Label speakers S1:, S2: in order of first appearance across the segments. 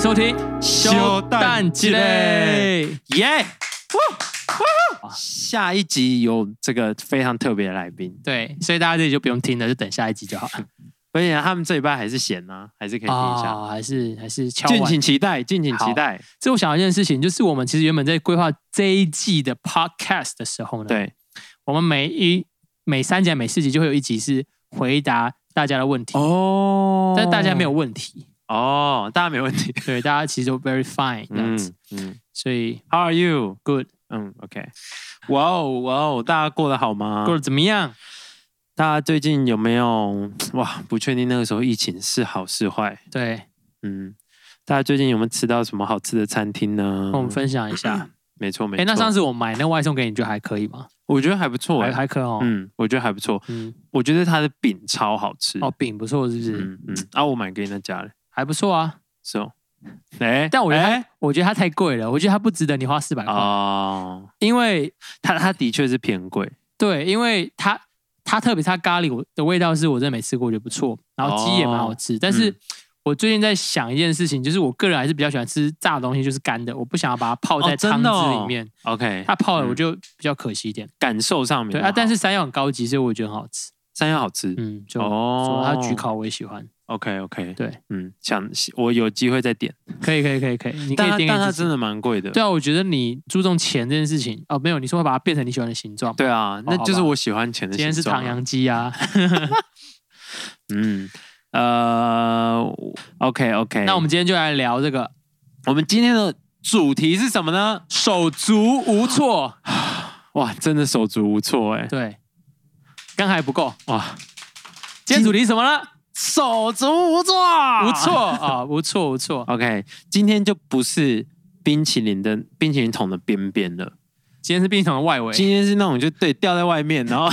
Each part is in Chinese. S1: 收听《
S2: 修蛋
S1: 鸡
S2: 鸡
S1: 肋
S2: 肋》，
S1: 耶！
S2: 下一集有这个非常特别的来宾，
S1: 对，所以大家这里就不用听了，就等下一集就好 了。
S2: 而且他们这一半还是闲呐、还是可以听一下。
S1: 哦，还是还是敲
S2: 敬
S1: 完。
S2: 请期待，敬请期待。
S1: 这我想到一件事情，就是我们其实原本在规划这一季的 podcast 的时候呢，
S2: 对，
S1: 我们每一每三集还每四集就会有一集是回答大家的问题，
S2: 哦
S1: 但大家没有问题，
S2: 哦，大家没 问题。
S1: 对，大家其实都 very fine 这样
S2: 嗯
S1: 子，
S2: 嗯
S1: 所以
S2: ，How are you？
S1: good
S2: 嗯，OK。哇哦哇哦，大家过得好吗？
S1: 过得怎么样？
S2: 大家最近有没有哇？不确定那个时候疫情是好是坏。
S1: 对，
S2: 嗯，大家最近有没有吃到什么好吃的餐厅呢？
S1: 跟我们分享一下。
S2: 没错没错。
S1: 哎，那上次我买那外送给你，你觉得还可以吗？
S2: 我觉得还不错
S1: 还
S2: 哎、
S1: 还可以哦，
S2: 嗯，我觉得还不错。
S1: 嗯，
S2: 我觉得它的饼超好吃。
S1: 哦，饼不错，是不是？
S2: 嗯嗯，啊，我买给那家了，
S1: 还不错啊，
S2: 是哦。哎、
S1: 但我觉得
S2: 哎
S1: 它，我觉得它太贵了，我觉得它不值得你花四百块，
S2: 哦，
S1: 因为
S2: 它它的确是偏贵。
S1: 对，因为它它特别它咖喱我的味道是我真的没吃过，我觉得不错，然后鸡也蛮好吃，但是
S2: 嗯。
S1: 我最近在想一件事情，就是我个人还是比较喜欢吃炸的东西，就是干的，我不想要把它泡在
S2: 哦真
S1: 汤
S2: 的
S1: 汁
S2: 哦
S1: 里面，
S2: OK，
S1: 它泡了
S2: 嗯哦
S1: 我就比较可惜一点。
S2: 感受上面
S1: 对
S2: 好
S1: 啊，但是山药很高级，所以我觉得很好吃。
S2: 山药好吃。
S1: 嗯，就、
S2: 哦，
S1: 它焗烤我也喜欢，
S2: OK OK，
S1: 对，
S2: 嗯，想我有机会再点，
S1: 可以可以可以可以，你可
S2: 但
S1: 以
S2: 它
S1: 点
S2: 但
S1: 给
S2: 它
S1: 自己
S2: 真。的蛮贵的。
S1: 对啊，我觉得你注重钱这件事情哦，没有，你说会把它变成你喜欢的形状。
S2: 对啊，那就是
S1: 哦好吧
S2: 我喜欢钱的
S1: 今
S2: 形
S1: 天是
S2: 状啊。
S1: 唐扬鸡啊，
S2: 嗯，呃，OK OK，
S1: 那我们今天就来聊这个
S2: 我们今天的主题是什么呢？
S1: 手足无 措。
S2: 哇，真的手足无措哎、
S1: 对，刚还不够，
S2: 哇，
S1: 今天主题是什么呢？
S2: 手足无措，
S1: 无措。啊，无措无措。
S2: OK，今天就不是冰淇淋的冰淇淋桶的边边了，
S1: 今天是冰桶的外围，
S2: 今天是那种就对掉在外面，然 后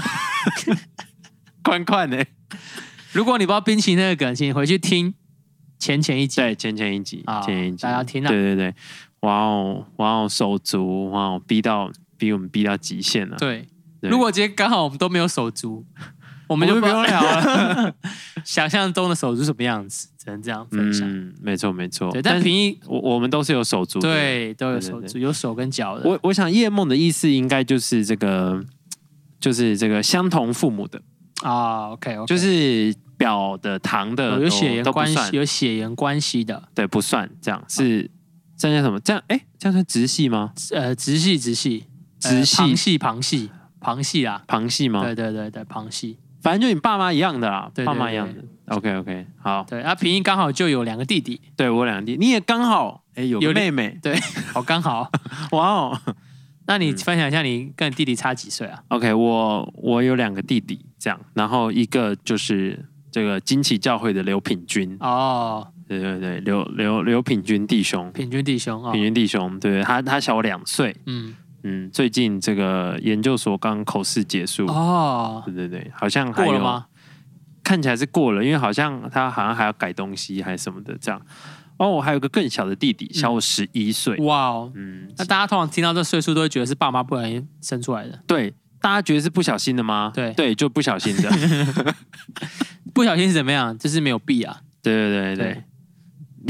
S2: 宽宽的。
S1: 如果你不知道冰淇淋那个梗，请你回去听前前一集。
S2: 对，前前一集，
S1: 啊
S2: 前一集，
S1: 大家听啊
S2: 对对对，哇哦，哇哦，手足，哇哦，逼到逼我们逼到极限了。
S1: 对，
S2: 对
S1: 如果今天刚好我们都没有手 足，我们就
S2: 我
S1: 不
S2: 们就
S1: 用聊了。 想象中的手足什么样子，只能这样分享。
S2: 嗯，没错没错。
S1: 对，但
S2: 是
S1: 平易
S2: 我我们都是有手足。，
S1: 对，都有
S2: 对对
S1: 手
S2: 对
S1: 足，有手跟脚的。
S2: 我我想夜梦的意思应该就是这个，就是这个相同父母的，
S1: 啊，OK OK，
S2: 就是表的堂的
S1: 有
S2: 都
S1: 有血缘
S2: 都不
S1: 关
S2: 算
S1: 系，，哦有血缘关系的，
S2: 对，不算这样是。这样叫什么？这样哎，这样算直系吗？
S1: 呃，直系直系，呃
S2: 直系啊
S1: 旁系旁系旁系啦，
S2: 旁系吗？
S1: 对对对对，旁系。
S2: 反正就你爸妈一样的啦，
S1: 对对
S2: 爸妈
S1: 对
S2: 一样的。OK OK，好，
S1: 对，啊，平一刚好就有两个弟弟，
S2: 对我两个弟，你也刚好哎有
S1: 有
S2: 个妹
S1: 点
S2: 妹，
S1: 对，好哦刚 好。
S2: 哇哦。
S1: 那你分享一下，你跟你弟弟差几岁啊？
S2: OK，我我有两个弟弟，这样，然后一个就是这个金旗教会的刘品君，
S1: 哦，
S2: 对对对，刘刘刘品君弟兄，
S1: 平均弟兄哦
S2: 品，君弟兄，对他他小我两岁，
S1: 嗯，
S2: 嗯，最近这个研究所刚口试结束，
S1: 哦，
S2: 对对对，好像还
S1: 过了
S2: 有
S1: 吗？
S2: 看起来是过了，因为好像他好像还要改东西还是什么的这样。哦，我还有个更小的弟弟，
S1: 嗯
S2: 小我十一岁。
S1: 哇哦，
S2: 嗯，
S1: 那大家通常听到这岁数都会觉得是爸妈不小心生出来的，
S2: 对，大家觉得是不小心的吗？
S1: 对
S2: 对，就不小心 的。
S1: 不小心是怎么样？就是没有避啊，
S2: 对对对对，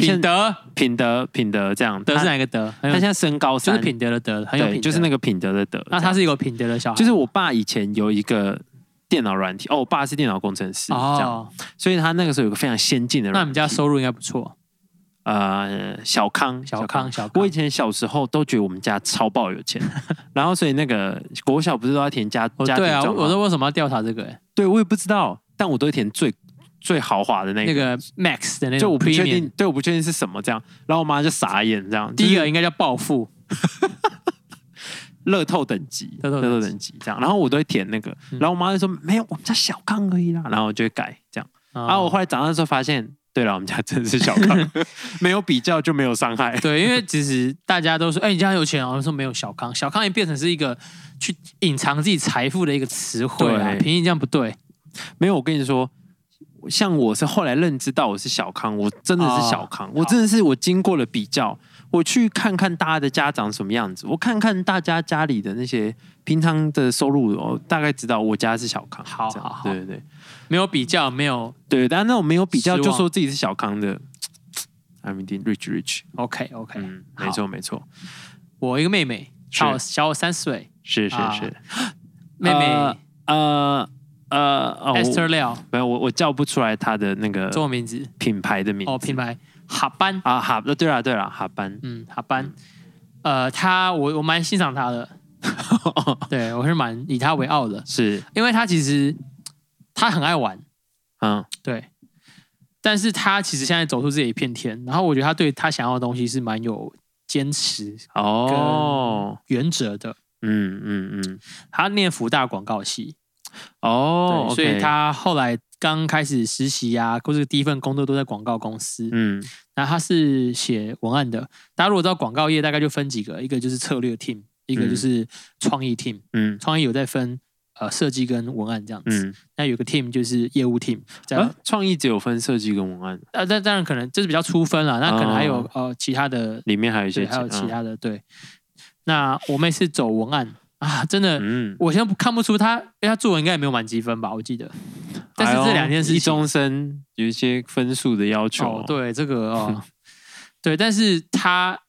S1: 品德
S2: 品德品德这样，
S1: 德是
S2: 他
S1: 哪个德？很
S2: 他
S1: 有
S2: 现在升高
S1: 就
S2: 三，
S1: 是品德的德，很有
S2: 对
S1: 品德，
S2: 就是那个品德的德。
S1: 那他是一个有品德的小孩，
S2: 就是我爸以前有一个电脑软体，哦，我爸是电脑工程师，这样，
S1: 哦，
S2: 所以他那个时候有个非常先进的
S1: 那
S2: 软
S1: 你们家收入应该不错，
S2: 呃小康
S1: 小康小康
S2: 我以前小时候都觉得我们家超爆有钱， 然后所以那个国小不是都要填家
S1: 哦
S2: 家庭
S1: 对啊，
S2: 状
S1: 我
S2: 况
S1: 我说为什么要调查这个？欸
S2: 对我也不知道，但我都会填最最豪华的那
S1: 那
S2: 个，
S1: 个 Max 的那
S2: 就
S1: 种
S2: 我不确
S1: premium，
S2: 定，对我不确定是什么这样，然后我妈就傻眼这样，
S1: 第一
S2: 就是
S1: 个应该叫暴富，
S2: 乐透等级，
S1: 乐
S2: 乐
S1: 透
S2: 透
S1: 等级嗯
S2: 等级这样，然后我都会填那个，然后我妈就说没有，我们家小康而已啦，然后我就会改这样。
S1: 啊
S2: 啊，我后来长大之后发现，对了，我们家真的是小 康，没有比较就没有伤害。
S1: 对，因为其实大家都说，哎，你家有钱啊，我说没有小康，小康也变成是一个去隐藏自己财富的一个词汇啊，
S2: 对
S1: 平易这样不对，
S2: 没有，我跟你说，像我是后来认知到我是小康，我真的是小康，我
S1: 好
S2: 真的是我经过了比较，我去看看大家的家长什么样子，我看看大家家里的那些平常的收入，我大概知道我家是小康。
S1: 好
S2: 这样
S1: 好好
S2: 对对对
S1: 没有比较，没有
S2: 对，但那种没有比较
S1: 失
S2: 就
S1: 望
S2: 说自己是小康的，阿明丁 rich rich，
S1: OK OK，、
S2: 嗯，
S1: 哎好
S2: 没错没错，
S1: 我一个妹妹，
S2: 是
S1: 小我小我三岁，
S2: 是是
S1: 啊
S2: 是，
S1: 妹妹、
S2: 呃呃呃，我
S1: 啊 Esther 廖，
S2: 没有哦我我叫不出来他的那个
S1: 中文名字
S2: 品牌的名字
S1: 哦，品牌哈班，
S2: 啊哈，对了对了，哈班，
S1: 嗯，哈班，呃，她我我蛮欣赏她 的，对我是蛮以她为傲的，
S2: 是
S1: 因为她其实她很爱玩，
S2: 嗯
S1: 对，但是她其实现在走出自己的一片天，然后我觉得她对她想要的东西是蛮有坚持
S2: 哦
S1: 原则的，
S2: 嗯嗯嗯
S1: 她念福大广告系，
S2: 哦
S1: 对，
S2: ，OK，
S1: 所以他后来刚开始实习啊，或者第一份工作都在广告公司。
S2: 嗯
S1: 然后他是写文案的，大家如果知道广告业大概就分几个，一个就是策略 team，一个就是创意 team，、
S2: 嗯
S1: 创意有在分呃设计跟文案这样子。
S2: 嗯，
S1: 那有个 team 就是业务 team，这样。
S2: 啊，创意只有分设计跟文案，
S1: 呃，但当然可能这是比较粗分了，那可能还有、呃其他的，
S2: 里面还有哦一些
S1: 对，还有其
S2: 嗯
S1: 他的对。那我妹是走文案啊，真的，
S2: 嗯，
S1: 我现在不看不出她，因为她作文应该也没有满积分吧，我记得。但是
S2: 哎呦
S1: 这两件事
S2: 一
S1: 情，
S2: 中生有一些分数的要求
S1: 哦，，对这个 哦，对，但是他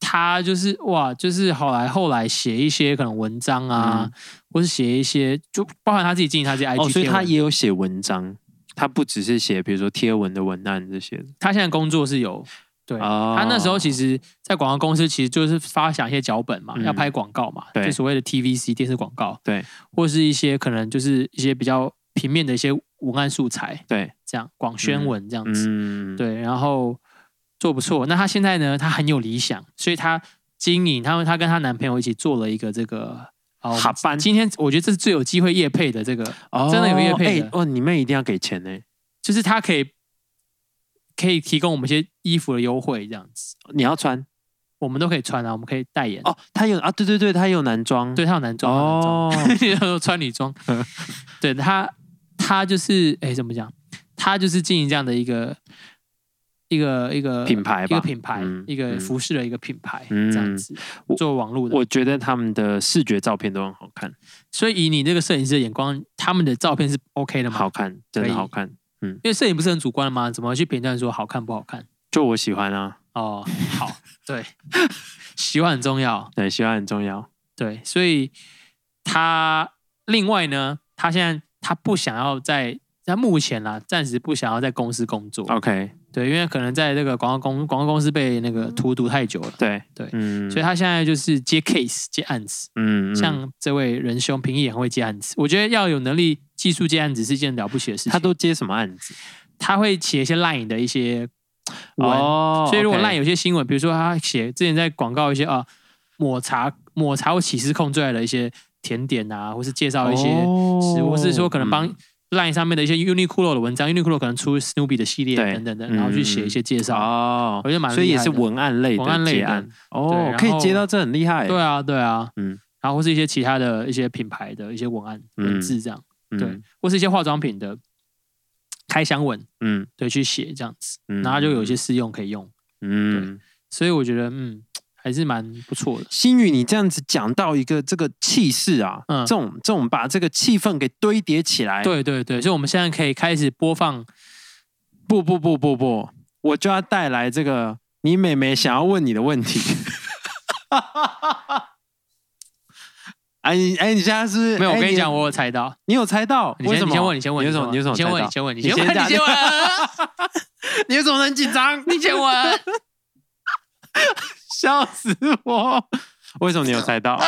S1: 他就是哇，就是后来后来写一些可能文章啊，或是写一些，就包含他自己经营他自己 IG，、
S2: 嗯哦，所以他也有写文章，他不只是写比如说贴文的文案这些的
S1: 他现在工作是有。对、
S2: 哦
S1: 他那时候其实，在广告公司其实就是发想一些脚本嘛，
S2: 嗯
S1: 要拍广告嘛，
S2: 对
S1: 就所谓的 TVC 电视广告，
S2: 对，
S1: 或是一些可能就是一些比较平面的一些文案素材，
S2: 对，
S1: 这样广宣文这样子。
S2: 嗯，，
S1: 对，然后做不错。那她现在呢，她很有理想，所以她经营，他们她跟她男朋友一起做了一个这个哦
S2: 哈班
S1: 今天我觉得这是最有机会业配的这个，
S2: 哦
S1: 真的有业配的
S2: 哎哦，你妹一定要给钱呢，
S1: 就是她可以可以提供我们一些衣服的优惠，这样子，
S2: 你要穿
S1: 我们都可以穿啊，我们可以代言。
S2: 哦，他有啊，对对对，他有男装，
S1: 对，她有男装，她有男装
S2: 嗯 哦，
S1: 然后穿女装。对他，他就是哎，怎么讲？他就是经营这样的一个一个一个
S2: 品牌
S1: 一
S2: 吧
S1: 个品牌，
S2: 嗯
S1: 一个
S2: 嗯
S1: 服饰的一个品牌，
S2: 嗯
S1: 这样子
S2: 我
S1: 做网络的。
S2: 我觉得他们的视觉照片都很好看，
S1: 所以以你这个摄影师的眼光，他们的照片是 OK 的吗
S2: 好？看，真的好看，
S1: 因为摄影不是很主观的吗？怎么去评断说好看不好看？
S2: 就我喜欢啊，
S1: 哦，好， 对，喜欢很重要，
S2: 对，喜欢很重要，
S1: 对，所以他另外呢，他现在他不想要在他目前啦，暂时不想要在公司工作，
S2: OK，
S1: 对，因为可能在这个广告公广告公司被那个荼毒太久了，
S2: 对
S1: 对
S2: 嗯，
S1: 所以
S2: 以
S1: 他现在就是接 case 接案子，
S2: 嗯，嗯
S1: 像这位仁兄平易也很会接案子，我觉得要有能力技术接案子是一件了不起的事情。
S2: 他都接什么案子？
S1: 他会写一些 LINE 的一些文，
S2: 哦，
S1: 所以如果
S2: OK
S1: LINE 有些新闻，比如说他写之前在广告一些啊抹茶抹茶或起司控最爱的一些甜点啊，或是介绍一些食物，或是说可能帮
S2: 嗯
S1: LINE 上面的一些 Uniqlo 的文章，Uniqlo 可能出 Snoopy 的系列
S2: 对
S1: 等等的，
S2: 嗯
S1: 然后去写一些介绍。
S2: 哦，
S1: 我觉得蛮厉害的
S2: 所以也是文案类的
S1: 文案类
S2: 接
S1: 的
S2: 案
S1: 对
S2: 哦
S1: 然，后
S2: 可以接到这很厉害，
S1: 对啊，对啊，
S2: 嗯
S1: 然后或是一些其他的一些品牌的一些文案
S2: 嗯
S1: 文字这样，
S2: 嗯
S1: 对，或是一些化妆品的开箱文，
S2: 嗯
S1: 对，去写这样子，
S2: 嗯
S1: 然后就有一些试用可以用，
S2: 嗯。
S1: 所以我觉得嗯还是蛮不错的。
S2: 心宇，你这样子讲到一个这个气势啊，
S1: 嗯
S2: 这种这种把这个气氛给堆叠起来，，
S1: 对对对，所以我们现在可以开始播放
S2: 不不不不不，我就要带来这个你妹妹想要问你的问题。哎你哎，你现在是
S1: 没有？我
S2: 哎
S1: 跟你讲，我有猜到，
S2: 你有猜到？
S1: 你
S2: 为
S1: 先
S2: 什
S1: 你
S2: 么？
S1: 先问，你先问，
S2: 你有什么？你有什么
S1: 你
S2: 猜
S1: 先
S2: 到？
S1: 问，你先问，
S2: 你
S1: 先问，你
S2: 讲
S1: 先问，
S2: 你有什么很紧张？
S1: 你先 问。
S2: 笑死我！为什么你有猜到？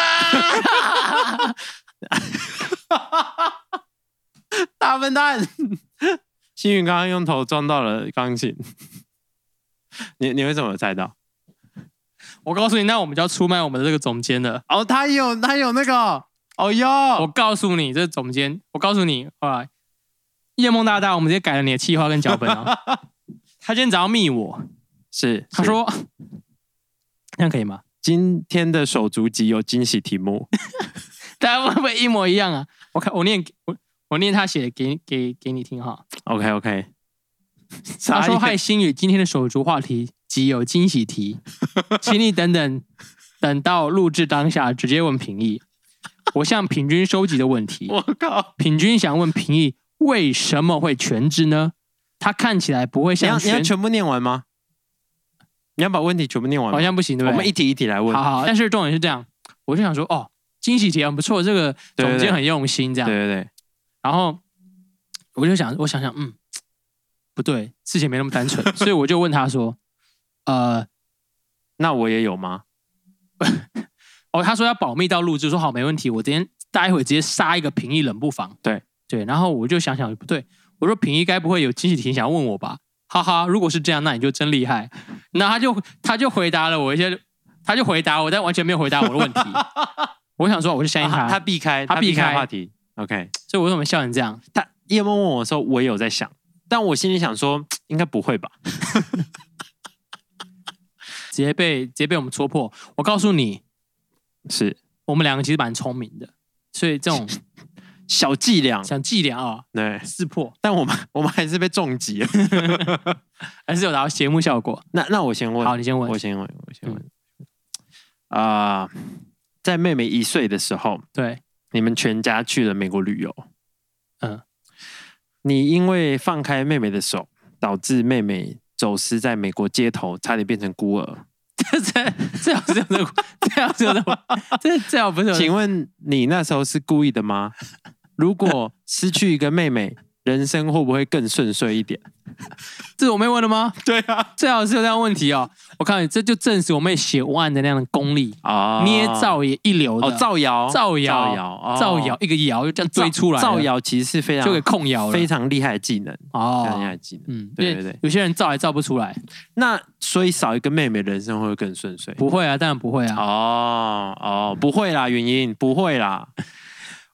S2: 大笨蛋！幸运刚刚用头撞到了钢琴。你你为什么有猜到？
S1: 我告诉你，那我们就要出卖我们的这个总监了。
S2: 哦，他有他有那个，哦
S1: 我
S2: 哟，
S1: 告诉你，这总监，我告诉你，后来夜梦大大，我们直接改了你的企划跟脚本啊。他今天早上密我，
S2: 是
S1: 他说这样可以吗？
S2: 今天的手足集有惊喜题 目，
S1: 大家会不会一模一样啊？我看我念我我念他写的给给给你听哈。
S2: OK OK，
S1: 他说：“
S2: 傻眼
S1: 嗨，星宇，今天的手足话题即有惊喜题，请你等等，等到录制当下直接问平易。我向平均收集的问题，
S2: 我靠！
S1: 平均想问平易为什么会全职呢？他看起来不会
S2: 你要
S1: 像
S2: 你要
S1: 全
S2: 全部念完吗？你要把问题全部念完吗
S1: 好，像不行，对不
S2: 我
S1: 对？
S2: 们一题一题来问。
S1: 好好，好但是重点是这样，我就想说，哦，惊喜题很不错，这个
S2: 对对
S1: 总监
S2: 对
S1: 很用心，这
S2: 对
S1: 样。
S2: 对对，
S1: 然后我就想，我想想，嗯，不对，事情没那么单 纯，所以我就问他说，呃，
S2: 那我也有吗？
S1: 哦，他说要保密到录制，我说好，没问题，我今天待会直接杀一个平易冷不防。
S2: 对
S1: 对，然后我就想想，不对，我说平易该不会有惊喜题想问我吧？哈哈，如果是这样，那你就真厉害。那他就他就回答了我一些，他就回答我，但完全没有回答我的 问题。我想说，我就相信
S2: 啊他避开，
S1: 他
S2: 避
S1: 避开
S2: 话题。OK，
S1: 所以我为什么笑成这样？
S2: 他叶梦问我的时候，我也有在想，但我心里想说，应该不会吧？
S1: 直接被直接被我们戳破。我告诉你，
S2: 是
S1: 我们两个其实蛮聪明的，所以这 种
S2: 小伎俩，
S1: 想伎俩啊，
S2: 对。
S1: 识破
S2: 但我们我们还是被重击 了。
S1: 还是有达到节目效果。
S2: 那那我先问，
S1: 好，你先问嗯
S2: 我。先问，我先问。啊、在妹妹一岁的时候，
S1: 对，
S2: 你们全家去了美国旅游。
S1: 嗯，
S2: 你因为放开妹妹的手，导致妹妹走失在美国街头，差点变成孤儿。
S1: 这 这这样是有这个， 这样是有这个，这这样不是有
S2: 请问你那时候是故意 的吗？如果失去一个妹妹，人生会不会更顺遂一 点？
S1: 这我妹问了吗？
S2: 对啊，
S1: 最好是有这样的问题哦。我告诉你，这就证实我妹写文案的那样的功力，
S2: 啊、
S1: 捏造也一流的。
S2: 哦，造谣，
S1: 造谣
S2: 造谣，哦
S1: 造谣，，一个谣就这样堆出来了，
S2: 造谣其实是非常
S1: 就给控谣了。
S2: 非常厉害的技能，非常厉害
S1: 哦，
S2: 的技能。
S1: 嗯，
S2: 对
S1: 因为
S2: 对对
S1: 有些人造还造不出来，
S2: 那所以少一个妹妹，人生会更顺遂。
S1: 不会啊，当然不会啊。
S2: 哦哦，不会啦，云英，不会啦。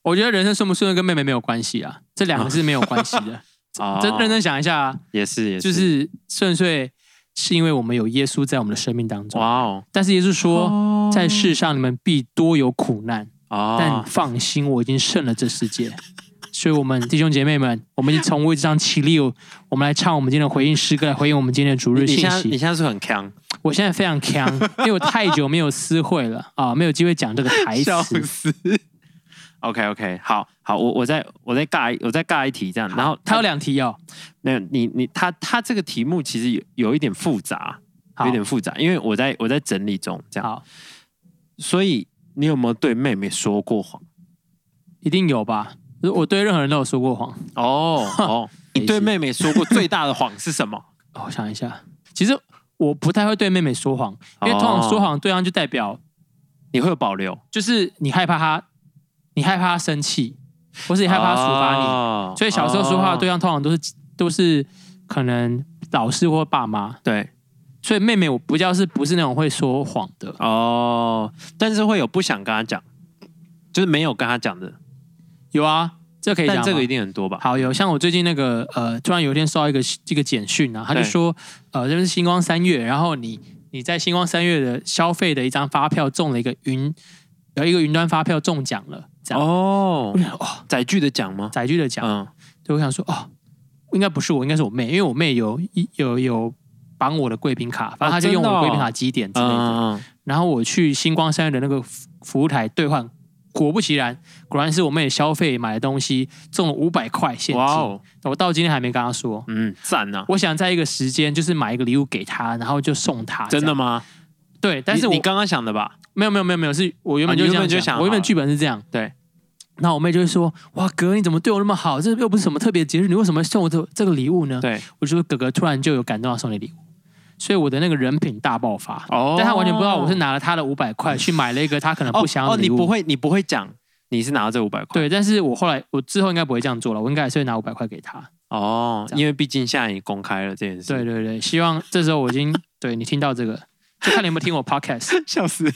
S1: 我觉得人生顺不顺跟妹妹没有关系啊，这两个是没有关系的。
S2: 哦
S1: 真认真想一下，啊
S2: 也是也是，
S1: 就是顺遂是因为我们有耶稣在我们的生命当中
S2: 哇，哦，
S1: 但是耶稣说，
S2: 哦
S1: 在世上你们必多有苦难，但
S2: 哦，
S1: 放心，我已经胜了这世界。所以，我们弟兄姐妹们，我们已经从位置上起立，我们来唱我们今天的回应诗歌，来回应我们今天的主
S2: 你
S1: 日
S2: 你
S1: 信
S2: 现在你
S1: 息。
S2: 现在是很强，
S1: 我现在非常 强，因为我太久没有私会了啊，没有机会讲这个台词。
S2: 死。OK OK，好好，我我再我再尬一我再尬一题这样，然后
S1: 他有两题哦，
S2: 没有你你他他这个题目其实有有一点复杂，
S1: 好
S2: 有点复杂，因为我在我在整理中这样，
S1: 好，
S2: 所以你有没有对妹妹说过谎？
S1: 一定有吧？我对任何人都有说过谎。
S2: 哦哦，你对
S1: 没事
S2: 妹妹说过最大的谎是什么？
S1: 哦我想一下，其实我不太会对妹妹说谎，因为
S2: 哦
S1: 通常说谎对方就代表
S2: 你会有保留，
S1: 就是你害怕她，你害怕她生气，或是你害怕她处罚
S2: 哦
S1: 你，所以小时候说话的对
S2: 哦
S1: 象通常都是都是可能老师或爸妈，
S2: 对
S1: 所以妹妹我不叫是不是那种会说谎的，
S2: 哦，但是会有不想跟他讲，就是没有跟他讲的，
S1: 有啊，这可以讲
S2: 但
S1: 吗。
S2: 这个一定很多吧？
S1: 好，有像我最近那个呃，突然有一天收到一个这个简讯啊，他就
S2: 对
S1: 说呃，这边是星光三月，然后你你在星光三月的消费的一张发票中了一个云，有一个云端发票中奖了，这样。
S2: 哦
S1: 我，想哦，
S2: 载具的讲吗？
S1: 载具的奖，
S2: 嗯，
S1: 对我想说哦，应该不是我，应该是我妹，因为我妹有一有有绑我的贵宾卡，反正她就用
S2: 真
S1: 我
S2: 的
S1: 的
S2: 哦
S1: 贵宾卡积点之类的。
S2: 嗯嗯
S1: 然后我去星光三月的那个服服务台兑换，果不其然，果然是我妹消费买的东西中了五百块现
S2: 嗯，
S1: 金。
S2: 哇哦，
S1: 我到今天还没跟她说，
S2: 嗯，赞呐，
S1: 我想在一个时间就是买一个礼物给她，然后就送她。
S2: 真
S1: 这
S2: 的
S1: 样？
S2: 吗？
S1: 对，啊但是
S2: 你
S1: 我
S2: 你刚刚想的吧？
S1: 没有没有没有没有，是我原本
S2: 啊你
S1: 就这
S2: 原
S1: 样
S2: 本就
S1: 讲，
S2: 想好
S1: 我原本
S2: 了
S1: 剧本是这样。
S2: 对，
S1: 那我妹就会说：“哇，哥，你怎么对我那么好？这又不是什么特别节日，你为什么送我这这个礼物呢
S2: 对，？”
S1: 我就说：“哥哥突然就有感动要送你礼物，所以我的那个人品大爆发。
S2: 哦
S1: 但他完全不知道我是拿了他的五百块去买了一个他可能
S2: 哦
S1: 不想要
S2: 哦，
S1: 的
S2: 你
S1: 礼物。
S2: 不会你不会讲你是拿到这五百块？
S1: 对，但是我后来我之后应该不会这样做了，我应该还是会拿五百块给他。
S2: 哦，
S1: 这样
S2: 因为毕竟现在你公开了这件事，
S1: 对，对对，希望这时候我已经对你听到这个，就看你有没有听我 podcast。
S2: 笑
S1: 嗯
S2: 死。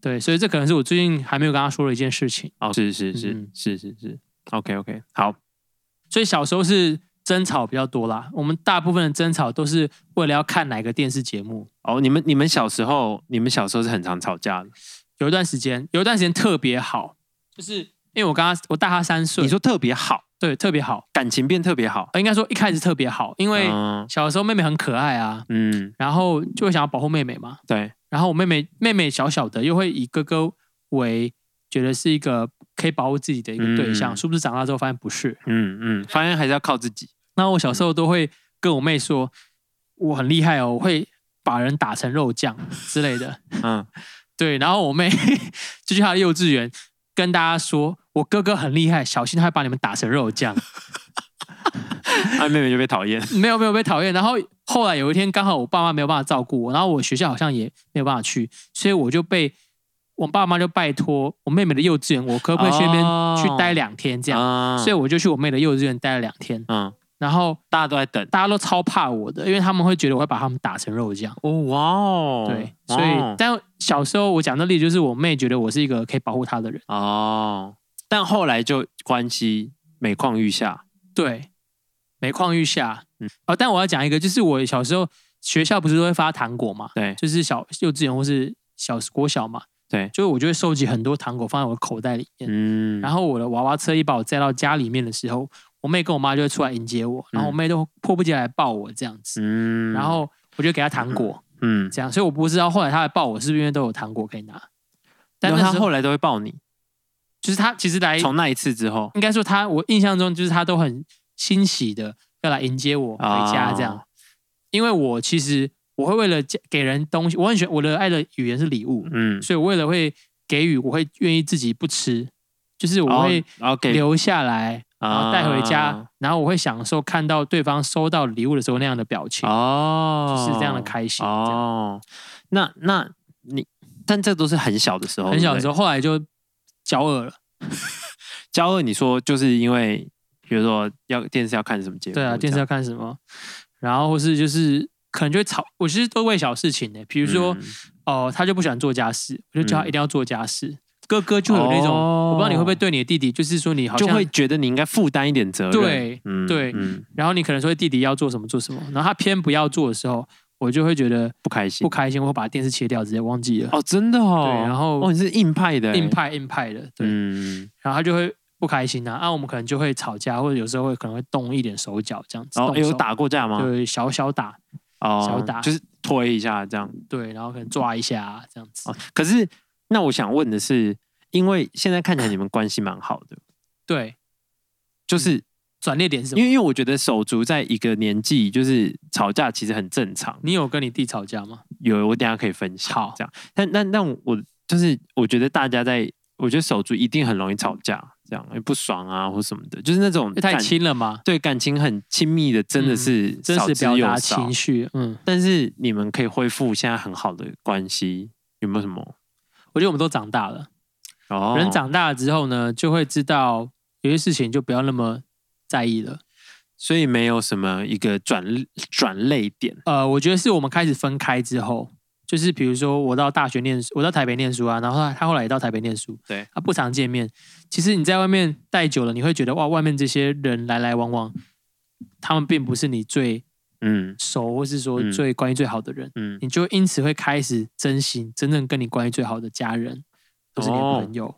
S1: 对，所以这可能是我最近还没有跟他说的一件事情。
S2: 哦，是
S1: 嗯
S2: 是
S1: 嗯
S2: 是是是是，OK OK，好，
S1: 所以小时候是争吵比较多啦，我们大部分的争吵都是为了要看哪个电视节目。
S2: 哦，你们你们小时候，你们小时候是很常吵架的。
S1: 有一段时间，有一段时间特别好，就是因为我跟他我大他三岁，
S2: 你说特别好，
S1: 对特别好，
S2: 感情变特别好，
S1: 呃应该说一开始特别好，因为
S2: 嗯
S1: 小的时候妹妹很可爱啊，
S2: 嗯，
S1: 然后就会想要保护妹妹嘛，
S2: 对，
S1: 然后我妹妹妹妹小小的，又会以哥哥为觉得是一个可以保护自己的一个对象，
S2: 嗯
S1: 是不是长大之后发现不是？
S2: 嗯嗯，发现还是要靠自己。
S1: 那我小时候都会跟我妹说，我很厉害哦，我会把人打成肉酱之类的。
S2: 嗯，
S1: 对，然后我妹 就去她的幼稚园跟大家说：“我哥哥很厉害，小心他会把你们打成肉酱。
S2: 他啊妹妹就被讨厌。”
S1: 没有没有被讨厌。然后后来有一天刚好我爸妈没有办法照顾我，然后我学校好像也没有办法去，所以我就被我爸妈就拜托我妹妹的幼稚园，我可不可以去那边
S2: 哦
S1: 去待两天这样？
S2: 啊
S1: 所以我就去我妹的幼稚园待了两天，
S2: 嗯，
S1: 然后
S2: 大家都在等。
S1: 大家都超怕我的，因为他们会觉得我会把他们打成肉酱。
S2: 哦，哇哦，
S1: 对，
S2: 哇
S1: 所以
S2: 哦
S1: 但小时候我讲的例子就是我妹觉得我是一个可以保护她的人，
S2: 哦，但后来就关系每况愈下。
S1: 对，每况愈下。
S2: 嗯
S1: 哦，但我要讲一个，就是我小时候学校不是都会发糖果嘛，
S2: 对
S1: 就是小幼稚园或是小国小嘛，
S2: 对，
S1: 就是我就会收集很多糖果放在我的口袋里面，
S2: 嗯，
S1: 然
S2: 后
S1: 后我的娃娃车一把我载到家里面的时候，我妹跟我妈就会出来迎接我，然后我妹都迫不及待来抱我这样子，
S2: 嗯，
S1: 然后我就给她糖果。
S2: 嗯，
S1: 这样，所以我不知道后来他来抱我是不是因为都有糖果可以拿。但
S2: 但
S1: 那
S2: 他
S1: 时候哎
S2: 后来都会抱你。
S1: 就是他其实来，应
S2: 从那一次之后，
S1: 该说他，我印象中就是他都很欣喜的要来迎接我回家这样。
S2: 哦
S1: 因为我其实我会为了家给人东西，我很喜欢我的爱的语言是礼物，
S2: 嗯，
S1: 所以我为了会给予，我会愿意自己不吃，就是
S2: 哦
S1: 我会
S2: 然后给
S1: 留下来，然后带回家
S2: 啊，
S1: 然后我会享受看到对方收到礼物的时候那样的表情，
S2: 哦，
S1: 就是这样的开心。这样
S2: 哦，那那你，但这都是很小的时候，
S1: 很小的
S2: 对不对
S1: 时候，后来就骄恶了。
S2: 交恶，你说就是因为，比如说要电视要看什么节目，
S1: 对啊，电视要看什么？然后或是就是可能就会吵，我其实都为小事情的、比
S2: 比
S1: 如说哦、他就不喜欢做家事，我就叫他
S2: 嗯哦
S1: 一定要做家事。哥哥就有那种，我不知道你会不会对你的弟弟，就是说你好
S2: 就
S1: 像
S2: 会，觉得你应该负担一点责任，
S1: 对
S2: 嗯
S1: 对
S2: 嗯，
S1: 然后你可能说弟弟要做什么做什么，然后他偏不要做的时候，我就会觉得
S2: 不开心
S1: 不开心，我会把电视切掉，直接忘记了。
S2: 哦，真的哦，
S1: 对然后
S2: 哦你是硬派的，
S1: 硬，派硬派的，对，
S2: 嗯，
S1: 然后他就会不开心啊，啊，我们可能就会吵架，或者有时候会可能会动一点手脚这样子，
S2: 然后
S1: 动手
S2: 哦有，打过架吗？
S1: 对，小小打，
S2: 哦，
S1: 小打
S2: 就是推一下这样，
S1: 对，然后可能抓一下啊这样子，
S2: 哦，可是那我想问的是，因为现在看起来你们关系蛮好的，
S1: 对，
S2: 就是
S1: 转捩点是什么
S2: 因？为因为我觉得手足在一个年纪就是吵架其实很正常，
S1: 你有跟你弟吵架吗？
S2: 有我等一下可以分享
S1: 好
S2: 这样，但但但我就是我觉得大家在，我觉得手足一定很容易吵架，这样不爽啊或什么的，就是那种
S1: 因为太
S2: 感
S1: 亲了嘛，
S2: 对感情很亲密的，真的是
S1: 真
S2: 少
S1: 实
S2: 之
S1: 表
S2: 又
S1: 达
S2: 少
S1: 情绪。嗯，
S2: 但是你们可以恢复现在很好的关系，有没有什么？
S1: 我觉得我们都长大了，
S2: 哦，
S1: 人长大了之后呢，就会知道有些事情就不要那么在意了。
S2: 所以没有什么一个转转泪点。
S1: 呃，我觉得是我们开始分开之后，就是比如说我到大学念，我到台北念书啊，然后他他后来也到台北念书，
S2: 对
S1: 啊，不常见面。其实你在外面待久了，你会觉得哇，外面这些人来来往往，他们并不是你最
S2: 嗯
S1: 熟，或是说
S2: 嗯
S1: 最关系最好的人。
S2: 嗯，
S1: 你就因此会开始珍惜真正跟你关系最好的家人或是你的
S2: 哦
S1: 朋友，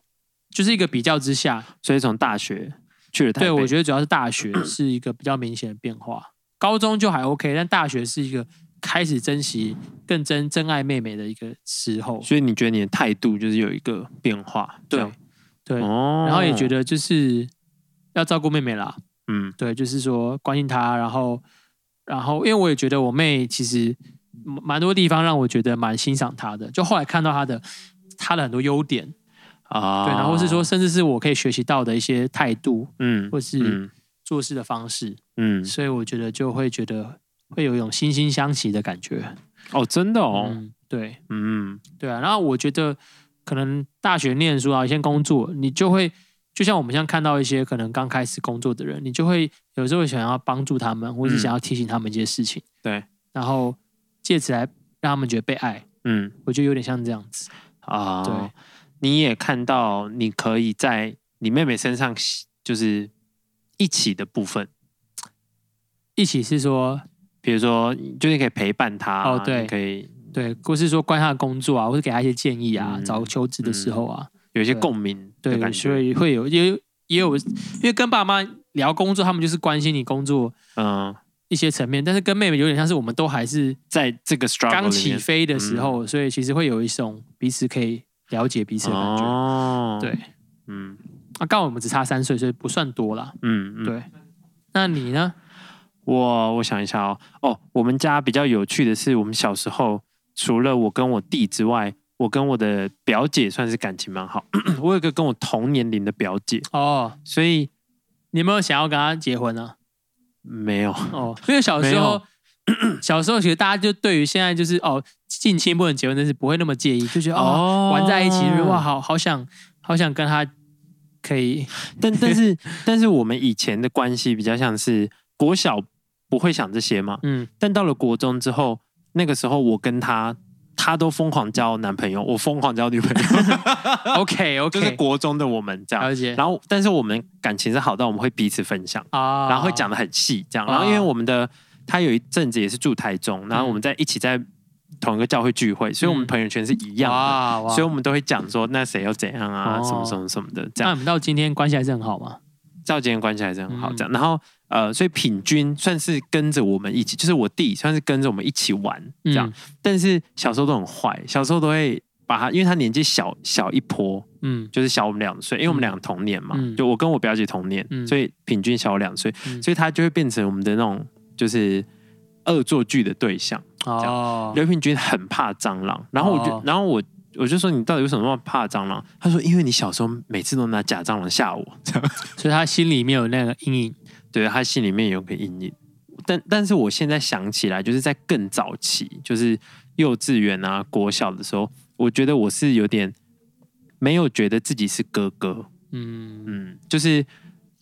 S1: 就是一个比较之下，
S2: 所以从大学去了台北，
S1: 对我觉得主要是大学是一个比较明显的变化，高中就还 OK，但大学是一个开始珍惜更真真爱妹妹的一个时候，
S2: 所以你觉得你的态度就是有一个变化，这
S1: 对
S2: 样
S1: 对，
S2: 哦，
S1: 然后也觉得就是要照顾妹妹啦，
S2: 嗯
S1: 对，就是说关心她，然后然后因为我也觉得我妹其实蛮蛮多地方让我觉得蛮欣赏她的，就后来看到她的她的很多优点。
S2: 啊，
S1: 对，然后是说，甚至是我可以学习到的一些态度
S2: 嗯，
S1: 或是
S2: 嗯
S1: 做事的方式，
S2: 嗯
S1: 所以我觉得就会觉得会有一种惺惺相惜的感觉。
S2: 哦，真的哦，
S1: 嗯，对
S2: 嗯
S1: 对啊。然后我觉得可能大学念书啊，先工作，你就会就像我们现在看到一些可能刚开始工作的人，你就会有时候想要帮助他们，或是
S2: 嗯
S1: 想要提醒他们一些事情，
S2: 对，
S1: 然后借此来让他们觉得被爱。
S2: 嗯
S1: 我觉得有点像这样子，
S2: 啊，
S1: 对，
S2: 你也看到你可以在你妹妹身上就是一起的部分，
S1: 一起是说
S2: 比如说就是可以陪伴她，
S1: 哦对
S2: 你可以
S1: 对，或是说关于他的工作啊，或是给他一些建议啊，
S2: 嗯
S1: 找求职的时候啊，
S2: 有一些
S1: 对
S2: 共鸣的
S1: 对，
S2: 感
S1: 所
S2: 觉，
S1: 以会有也有也有，因为跟爸妈聊工作，他们就是关心你工作
S2: 嗯，
S1: 一些层面，但是跟妹妹有点像是我们都还是
S2: 在这个 struggle
S1: 刚
S2: 里
S1: 起
S2: 面嗯
S1: 飞的时候，所以其实会有一种彼此可以了解彼此的感觉。
S2: 哦，
S1: 对，
S2: 嗯
S1: 啊，刚好我们只差三岁，所以不算多啦。
S2: 嗯嗯，
S1: 对，那你呢？
S2: 我我想一下哦，哦，我们家比较有趣的是，我们小时候除了我跟我弟之外，我跟我的表姐算是感情蛮好。 我有一个跟我同年龄的表姐，
S1: 哦，
S2: 所以
S1: 你有没有想要跟他结婚啊？
S2: 没有。
S1: 哦，因为小时候， 小时候其实大家就对于现在就是哦近亲不能结婚，但是不会那么介意，就觉得哦
S2: 哦
S1: 玩在一起，哇，好好想好想跟他可以
S2: 但但是但是我们以前的关系比较像是国小不会想这些嘛，
S1: 嗯
S2: 但到了国中之后，那个时候我跟他，他都疯狂交男朋友，我疯狂交女朋友，
S1: OK
S2: 就
S1: OK，
S2: 是国中的我们这样。
S1: 了解
S2: 然后，但是我们感情是好到我们会彼此分享，
S1: 啊，
S2: 然后会讲的很细这样。然后
S1: 哦
S2: 因为我们的他有一阵子也是住台中，然后我们在一起在同一个教会聚会，所以我们
S1: 嗯
S2: 朋友圈是一样的。
S1: 哇哇，
S2: 所以我们都会讲说，那谁又怎样啊，
S1: 哦
S2: 什么什么什么的，这
S1: 那
S2: 样。
S1: 你们到今天关系还是很好吗？
S2: 赵今天关系还是很好，
S1: 嗯
S2: 这样。然后呃，所以品君算是跟着我们一起，就是我弟算是跟着我们一起玩
S1: 嗯
S2: 这样。但是小时候都很坏，小时候都会把他，因为他年纪小小一波，
S1: 嗯，
S2: 就是小我们两岁，因为我们两个同年嘛，
S1: 嗯
S2: 就我跟我表姐同年，
S1: 嗯
S2: 所以品君小我两岁，
S1: 嗯
S2: 所以他就会变成我们的那种就是恶作剧的对象。
S1: 哦，
S2: 刘品君很怕蟑螂，然后我就，
S1: 哦
S2: 然后我。我就说你到底为什么那么怕蟑螂？他说因为你小时候每次都拿假蟑螂吓我，
S1: 所以他心里面有那个阴影，
S2: 对他心里面有个阴影。但但是我现在想起来，就是在更早期，就是幼稚园啊、国小的时候，我觉得我是有点没有觉得自己是哥哥，
S1: 嗯，
S2: 嗯，就是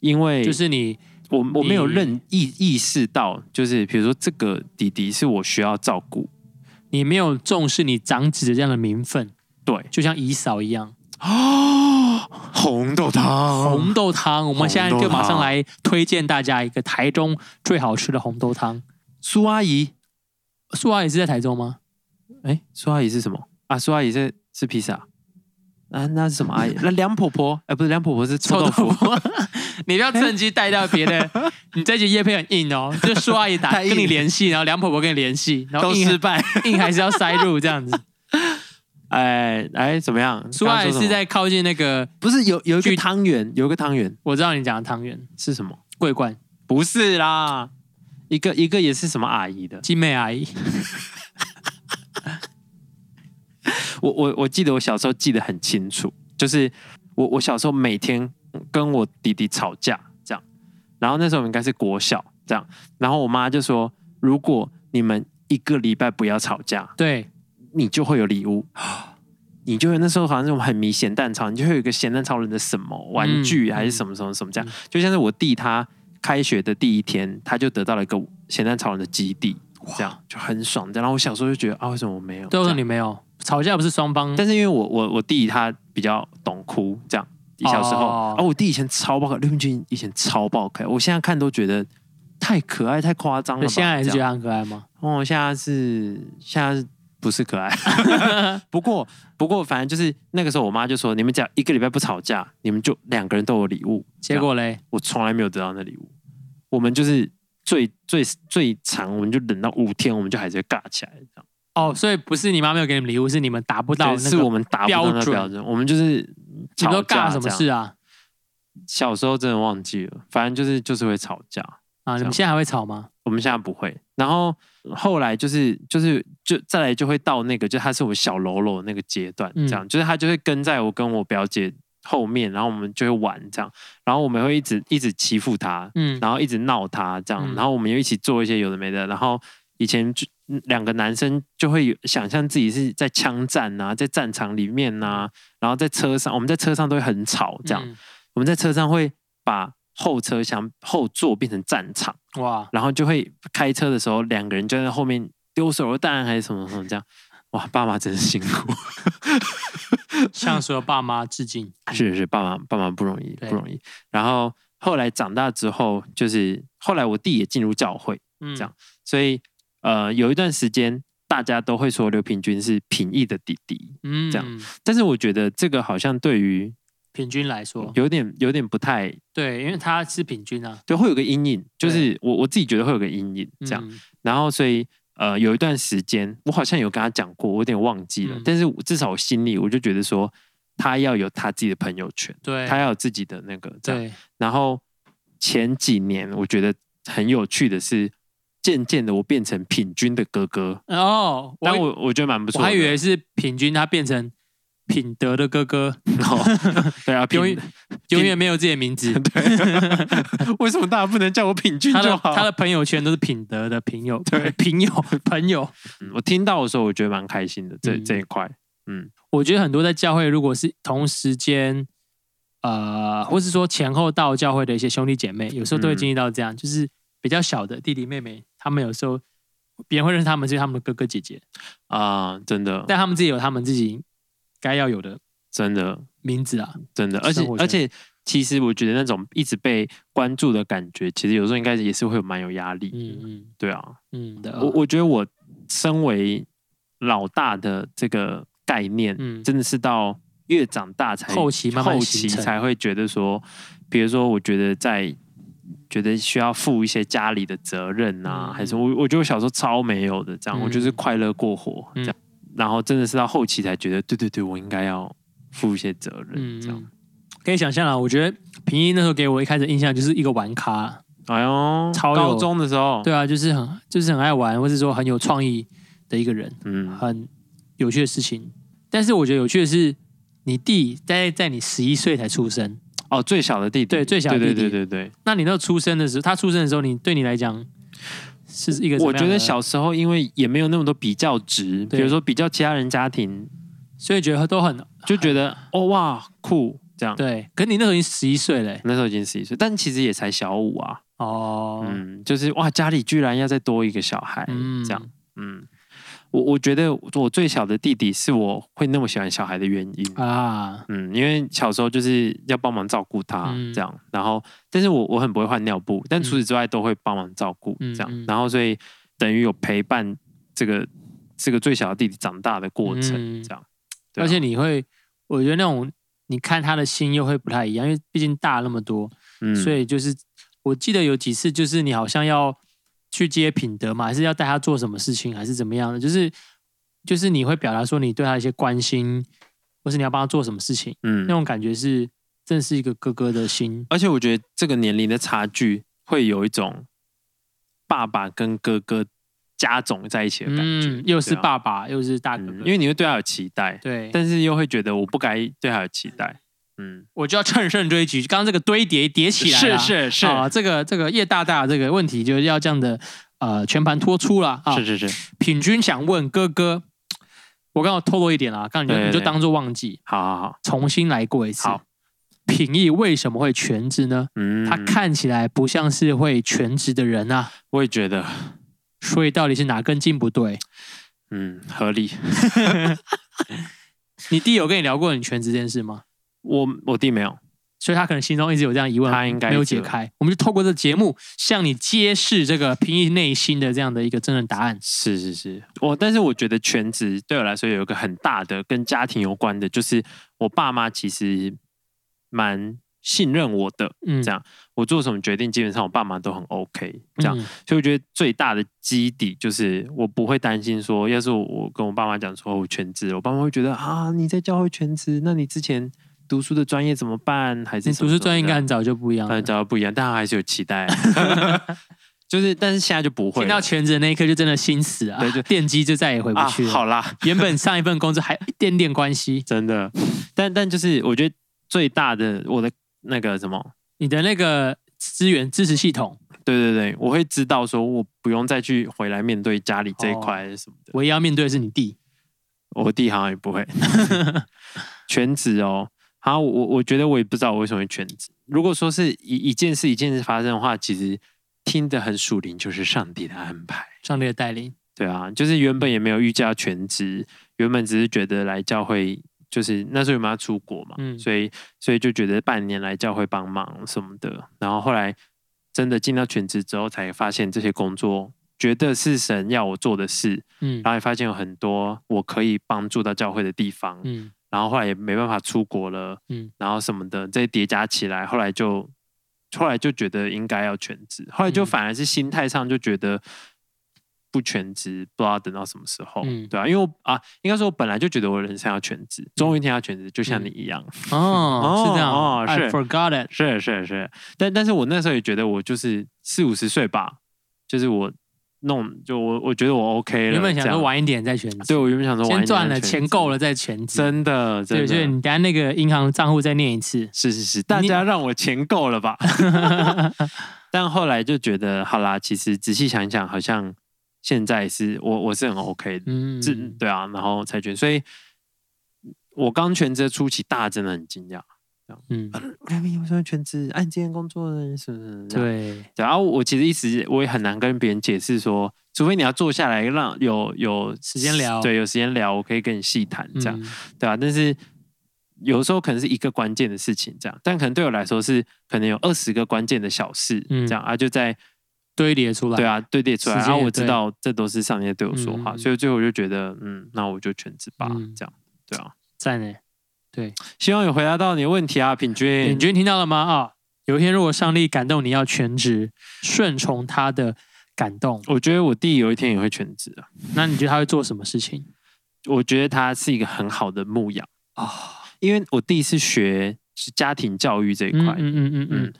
S2: 因为
S1: 就是你
S2: 我我没有
S1: 你
S2: 认意意识到，就是比如说这个弟弟是我需要照顾，
S1: 你没有重视你长子的这样的名分，
S2: 对，
S1: 就像姨嫂一样。
S2: 红豆汤
S1: 红豆汤，我们现在
S2: 哦红豆
S1: 就
S2: 汤
S1: 马上来推荐大家一个台中最好吃的红豆汤。
S2: 苏阿姨，
S1: 素阿也是在台中吗？
S2: 哎，苏阿姨是什么啊？苏阿姨是是披萨啊？那是什么 阿姨？那梁婆婆？哎，不是梁婆婆是臭豆腐。
S1: 腐， 你不要趁机带到别的。 你这集叶片很硬哦，就素阿姨打
S2: 太硬
S1: 跟你联系，然后梁婆婆跟你联系，然后
S2: 都
S1: 硬
S2: 失败。
S1: 硬还是要塞入这样子。
S2: 哎哎，怎么样？
S1: 素阿
S2: 刚刚
S1: 姨
S2: 说什
S1: 是
S2: 么
S1: 在靠近那个，
S2: 不是有有一
S1: 巨
S2: 个汤圆，有一个汤圆
S1: 我知道你讲的汤圆
S2: 是什么？
S1: 桂冠
S2: 不是啦，一个一个也是什么阿姨的。
S1: 金妹阿姨，
S2: 我我我记得我小时候记得很清楚，就是我我小时候每天跟我弟弟吵架这样，然后那时候我们应该是国小这样，然后我妈就说，如果你们一个礼拜不要吵架，
S1: 对，
S2: 你就会有礼物。你就会那时候好像是我们很迷咸蛋超人，你就会有一个咸蛋超人的什么玩具
S1: 嗯
S2: 还是什么什么什么这样，就像是我弟他开学的第一天，他就得到了一个咸蛋超人的基地，这样就很爽。然后我小时候就觉得啊，为什么我没有？
S1: 对，我说
S2: 这样
S1: 你没有吵架，不是双方
S2: 但是因为我我我弟他比较懂哭，这样小时候，
S1: 哦
S2: 而、我弟以前超爆可爱，刘明君以前超爆可爱，我现在看都觉得太可爱太夸张了吧。
S1: 现在还是
S2: 这
S1: 觉
S2: 样
S1: 得她很可爱吗？
S2: 哦，现在是现在是不 是可爱？ 不过不过，反正就是那个时候，我妈就说：“你们只要一个礼拜不吵架，你们就两个人都有礼物。”
S1: 结果嘞，
S2: 我从来没有得到那礼物。我们就是最最最长，我们就忍到五天，我们就还是会尬起来，这样。
S1: 哦，所以不是你妈没有给你们礼物，是你们达不到
S2: 对
S1: 那
S2: 是
S1: 个
S2: 我们达不到那
S1: 标
S2: 个
S1: 准
S2: 标准，我们就是
S1: 你们
S2: 吵
S1: 都
S2: 架
S1: 干什么
S2: 这样
S1: 事？啊？
S2: 小时候真的忘记了，反正就是就是会吵架。
S1: 啊，你们
S2: 这样
S1: 现在还会吵吗？
S2: 我们现在不会。然后后来就是就是就再来就会到那个，就他是我小喽啰那个阶段，
S1: 嗯
S2: 这样、就是他就会跟在我跟我表姐后面，然后我们就会玩这样，然后我们会一直一直欺负他，
S1: 嗯，
S2: 然后一直闹他这样，
S1: 嗯
S2: 然后我们又一起做一些有的没的，然后以前就嗯两个男生就会有想象自己是在枪战啊，在战场里面啊，然后在车上，我们在车上都会很吵这样，
S1: 嗯
S2: 我们在车上会把后车厢后座变成战场。
S1: 嗯哇，
S2: 然后就会开车的时候，两个人就在后面丢手榴弹还是什么什么这样。哇，爸妈真辛苦，
S1: 向所有爸妈致敬。
S2: 是是，爸妈爸妈不容易，
S1: 对
S2: 不容易。然后后来长大之后，就是后来我弟也进入教会，
S1: 嗯
S2: 这样所以呃有一段时间大家都会说刘平君是平易的弟弟，
S1: 嗯
S2: 这样但是我觉得这个好像对于
S1: 平均来说，
S2: 有点有点不太
S1: 对，因为他是平均啊，
S2: 对，会有个阴影，就是我我自己觉得会有个阴影这样。
S1: 嗯
S2: 然后所以呃有一段时间，我好像有跟他讲过，我有点忘记了，
S1: 嗯
S2: 但是我至少我心里我就觉得说，他要有他自己的朋友圈，
S1: 对，
S2: 他要有自己的那个这样。
S1: 对，
S2: 然后前几年我觉得很有趣的是，渐渐的我变成品君的哥哥，
S1: 哦，
S2: 但
S1: 我
S2: 我我觉得蛮不错
S1: 我
S2: 的。
S1: 还以为是品君他变成品德的哥 哥，
S2: 哦对啊，品
S1: 永远永远没有自己的名字。
S2: 为什么大家不能叫我品君
S1: 他
S2: 就
S1: 的
S2: 好？
S1: 他的朋友圈都是品德的朋友，
S2: 对
S1: 朋友朋友。
S2: 嗯我听到的时候，我觉得蛮开心的。这、
S1: 嗯
S2: 这一块，嗯
S1: 我觉得很多在教会，如果是同时间，呃，或是说前后到教会的一些兄弟姐妹，有时候都会
S2: 嗯
S1: 经历到这样，就是比较小的弟弟妹妹，他们有时候别人会认识他们是他们的哥哥姐姐，
S2: 啊、真的，
S1: 但他们自己有他们自己该要有的
S2: 真的，
S1: 名字啊。
S2: 真的，而且
S1: 生活圈
S2: 而且，其实我觉得那种一直被关注的感觉，其实有时候应该也是会蛮有压力。
S1: 嗯嗯
S2: 对啊，
S1: 嗯的，
S2: 我我觉得我身为老大的这个概念，
S1: 嗯
S2: 真的是到越长大才
S1: 后期慢慢
S2: 后期
S1: 形成
S2: 才会觉得说，比如说，我觉得在。觉得需要负一些家里的责任啊，
S1: 嗯
S2: 还是我我觉得我小时候超没有的，这样、
S1: 嗯
S2: 我就是快乐过活这样，然后真的是到后期才觉得，对对对，我应该要负一些责任、
S1: 嗯
S2: 这样。
S1: 嗯，可以想象啊，我觉得平一那时候给我一开始印象就是一个玩咖，
S2: 哎呦，
S1: 超有
S2: 高中的时候，
S1: 对啊，就是很就是很爱玩，或是说很有创意的一个人，
S2: 嗯，
S1: 很有趣的事情。但是我觉得有趣的是，你弟在在你十一岁才出生，
S2: 哦，最小的弟弟，
S1: 对最小的弟弟
S2: 对对对对
S1: 那你那出生的时候，他出生的时候，你对你来讲是一个
S2: 对，
S1: 怎么
S2: 我
S1: 样的
S2: 觉得，小时候因为也没有那么多比较值，比
S1: 对
S2: 如说比较其他人家庭，
S1: 所以觉得都很
S2: 就觉得哦哇酷这样。
S1: 对。可你那时候已经十一岁欸嘞，
S2: 那时候已经十一岁，但其实也才小五啊，
S1: 哦，
S2: 嗯，就是哇，家里居然要再多一个小孩，
S1: 嗯
S2: 这样，嗯，我我觉得我最小的弟弟是我会那么喜欢小孩的原因，
S1: 啊，
S2: 嗯，因为小时候就是要帮忙照顾他
S1: 嗯
S2: 这样，然后但是我我很不会换尿布，但除此之外都会帮忙照顾
S1: 嗯
S2: 这样
S1: 嗯，
S2: 然后所以等于有陪伴这个这个最小的弟弟长大的过程
S1: 嗯
S2: 这样，对啊
S1: 而且你会，我觉得那种你看他的心又会不太一样，因为毕竟大那么多，
S2: 嗯
S1: 所以就是我记得有几次，就是你好像要去接品德嘛，还是要带他做什么事情，还是怎么样的？就是就是你会表达说你对他一些关心，或是你要帮他做什么事情，那
S2: 嗯，
S1: 种感觉是真的是一个哥哥的心。
S2: 而且我觉得这个年龄的差距会有一种爸爸跟哥哥加总在一起的感觉，
S1: 嗯，又是
S2: 对啊
S1: 爸爸，又是大哥
S2: 嗯
S1: 哥，
S2: 因为你会对他有期待，
S1: 对，
S2: 但是又会觉得我不该对他有期待，嗯，
S1: 我就要趁胜追击。刚刚这个堆叠叠起来
S2: 是
S1: 啦
S2: 是是
S1: 啊，这个这个叶大大这个问题就是要这样的呃全盘托出了啊。
S2: 是是是，
S1: 品君想问哥哥，我刚好透露一点啦，啊刚刚你就
S2: 对
S1: 你就
S2: 对
S1: 当做忘记，
S2: 好好好，
S1: 重新来过一次
S2: 好。
S1: 品义为什么会全职呢？
S2: 嗯，
S1: 他看起来不像是会全职的人啊，
S2: 我也觉得。
S1: 所以到底是哪根筋不对？
S2: 嗯，合理。
S1: 你弟有跟你聊过你全职这件事吗？
S2: 我我弟没有，
S1: 所以他可能心中一直有这样疑问，
S2: 他应该
S1: 没有
S2: 是
S1: 解开。我们就透过这节目向你揭示这个平易内心的这样的一个真正答案。
S2: 是是是，我但是我觉得全职对我来说有一个很大的跟家庭有关的，就是我爸妈其实蛮信任我的，
S1: 嗯，
S2: 这样我做什么决定基本上我爸妈都很 OK，这样，
S1: 嗯
S2: 所以我觉得最大的基底就是我不会担心说，要是我我跟我爸妈讲说我全职，我爸妈会觉得啊你在教会全职，那你之前读书的专业怎么办？还是
S1: 你
S2: 什么
S1: 读书
S2: 什么
S1: 专业应
S2: 的
S1: 该很啊早就不一样了
S2: 但。找到不一样，但他还是有期待， 就是但是现在就不会
S1: 听到
S2: 了
S1: 全职的那一刻就真的心死啊，
S2: 对就
S1: 电击就再也回不
S2: 啊
S1: 去，了。
S2: 好啦，
S1: 原本上一份工作还有一点点关系，
S2: 真的，但但就是我觉得最大的我的那个什么，
S1: 你的那个资源支持系统，
S2: 对对对，我会知道说我不用再去回来面对家里这一
S1: 哦
S2: 块什么的，
S1: 唯一要面对的是你弟。
S2: 我弟好像也不会全职哦。好，我我觉得我也不知道我为什么会全职。如果说是一一件事一件事发生的话，其实听得很属灵，就是上帝的安排。
S1: 上帝的带领，
S2: 对啊，就是原本也没有预计要全职，原本只是觉得来教会，就是那时候我们要出国嘛，
S1: 嗯
S2: 所以所以就觉得半年来教会帮忙什么的，然后后来真的进到全职之后，才发现这些工作觉得是神要我做的事，
S1: 嗯
S2: 然后也发现有很多我可以帮助到教会的地方，
S1: 嗯
S2: 然后后来也没办法出国了，
S1: 嗯
S2: 然后什么的，这些叠加起来，后来就后来就觉得应该要全职，后来就
S1: 嗯
S2: 反而是心态上就觉得不全职，不知道等到什么时候，
S1: 嗯
S2: 对啊，因为我啊，应该说我本来就觉得我人生要全职，总
S1: 嗯
S2: 有一天要全职，就像你一样，
S1: 哦，是这样
S2: 哦
S1: ，I
S2: 是
S1: forgot it，
S2: 是是是，但但是我那时候也觉得我就是四五十岁吧，就是我弄，就我我觉得我 OK 了。
S1: 原本想
S2: 这
S1: 说
S2: 样，
S1: 晚一点再全职，
S2: 对我原本想说玩
S1: 先赚了钱够
S2: 了，
S1: 了再全职。
S2: 真的真
S1: 对，所以
S2: 的。
S1: 你等下那个银行账户再念一次。
S2: 是是是，大家让我钱够了吧？ 但后来就觉得，好啦，其实仔细想一想，好像现在是我我是很 OK 的，
S1: 嗯，
S2: 是、对啊，然后才觉得，所以我刚全职的初期，大家真的很惊讶，
S1: 嗯，
S2: 哎，为什么全职？按今天工作的是不是？
S1: 对，
S2: 对啊，我其实一时我也很难跟别人解释说，除非你要坐下来让有有时
S1: 间聊
S2: 对，有时间聊，我可以跟你细谈这样。
S1: 嗯
S2: 对啊，但是有时候可能是一个关键的事情，这样，但可能对我来说是可能有二十个关键的小事，
S1: 嗯
S2: 这样啊，就在
S1: 堆叠出来。
S2: 对，啊堆叠出来，
S1: 时
S2: 然
S1: 间也
S2: 后、我
S1: 对
S2: 知道这都是上天对我说话，
S1: 嗯
S2: 所以最后我就觉得，嗯，那我就全职吧，
S1: 嗯
S2: 这样，对啊，
S1: 赞欸诶。对，
S2: 希望有回答到你的问题啊，品君，
S1: 你觉得听到了吗？啊，有一天如果上帝感动你要全职，顺从他的感动，
S2: 我觉得我弟有一天也会全职啊，
S1: 那你觉得他会做什么事情
S2: 我觉得他是一个很好的牧羊，
S1: 啊？
S2: 因为我弟是学是家庭教育这一
S1: 嗯
S2: 块，
S1: 嗯嗯嗯嗯
S2: 嗯，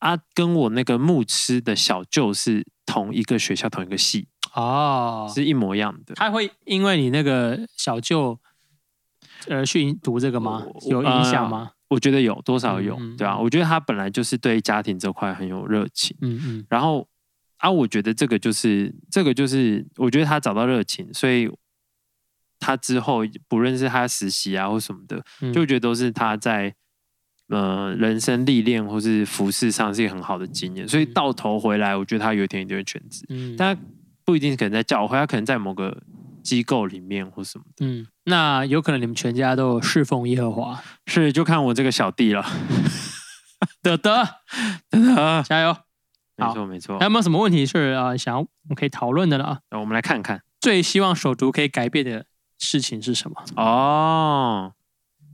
S2: 啊，跟我那个牧师的小舅是同一个学校同一个系，
S1: 哦，
S2: 是一模一样的。
S1: 他会因为你那个小舅，呃，去读这个吗
S2: 我？
S1: 有
S2: 我
S1: 影响吗？
S2: 我觉得有多少有，
S1: 嗯嗯
S2: 对啊，我觉得他本来就是对家庭这块很有热情，
S1: 嗯嗯
S2: 然后啊，我觉得这个就是这个就是，我觉得他找到热情，所以他之后不论是他实习啊或什么的，
S1: 嗯，
S2: 就觉得都是他在呃人生历练或是服饰上是一个很好的经验，所以
S1: 嗯
S2: 到头回来，我觉得他有一天一定会全职，
S1: 嗯
S2: 但他不一定可能在教会，他可能在某个机构里面或什么的，
S1: 嗯，那有可能你们全家都有侍奉耶和华。
S2: 是就看我这个小弟了，
S1: 得得，
S2: 啊，
S1: 加油！
S2: 没
S1: 好
S2: 错没错
S1: 还。有没有什么问题是啊、呃想要我们可以讨论的了啊？
S2: 那我们来看看
S1: 最希望手足可以改变的事情是什么？
S2: 哦，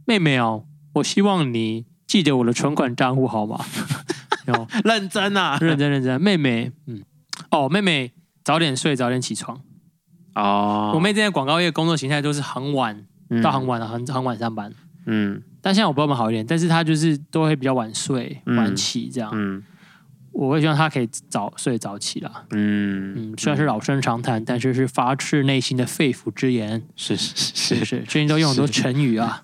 S1: 妹妹哦，我希望你记得我的存款账户好 吗？有
S2: 认真啊，
S1: 认真认真，妹妹，嗯，哦，妹妹早点睡，早点起床。
S2: 哦，嗯
S1: 我妹现在广告业工作形态都是很晚
S2: 们
S1: 到很，晚了，很很晚上班。
S2: 嗯
S1: 但现在我爸妈好一点，但是她就是都会比较晚睡、
S2: 嗯
S1: 晚起这样。
S2: 嗯
S1: 我会希望她可以早睡早起啦。
S2: 嗯
S1: 嗯，虽然是老生常谈，但是是发自内心的肺腑之言，
S2: 是是
S1: 是不
S2: 是
S1: 是？最近都用很多成语啊，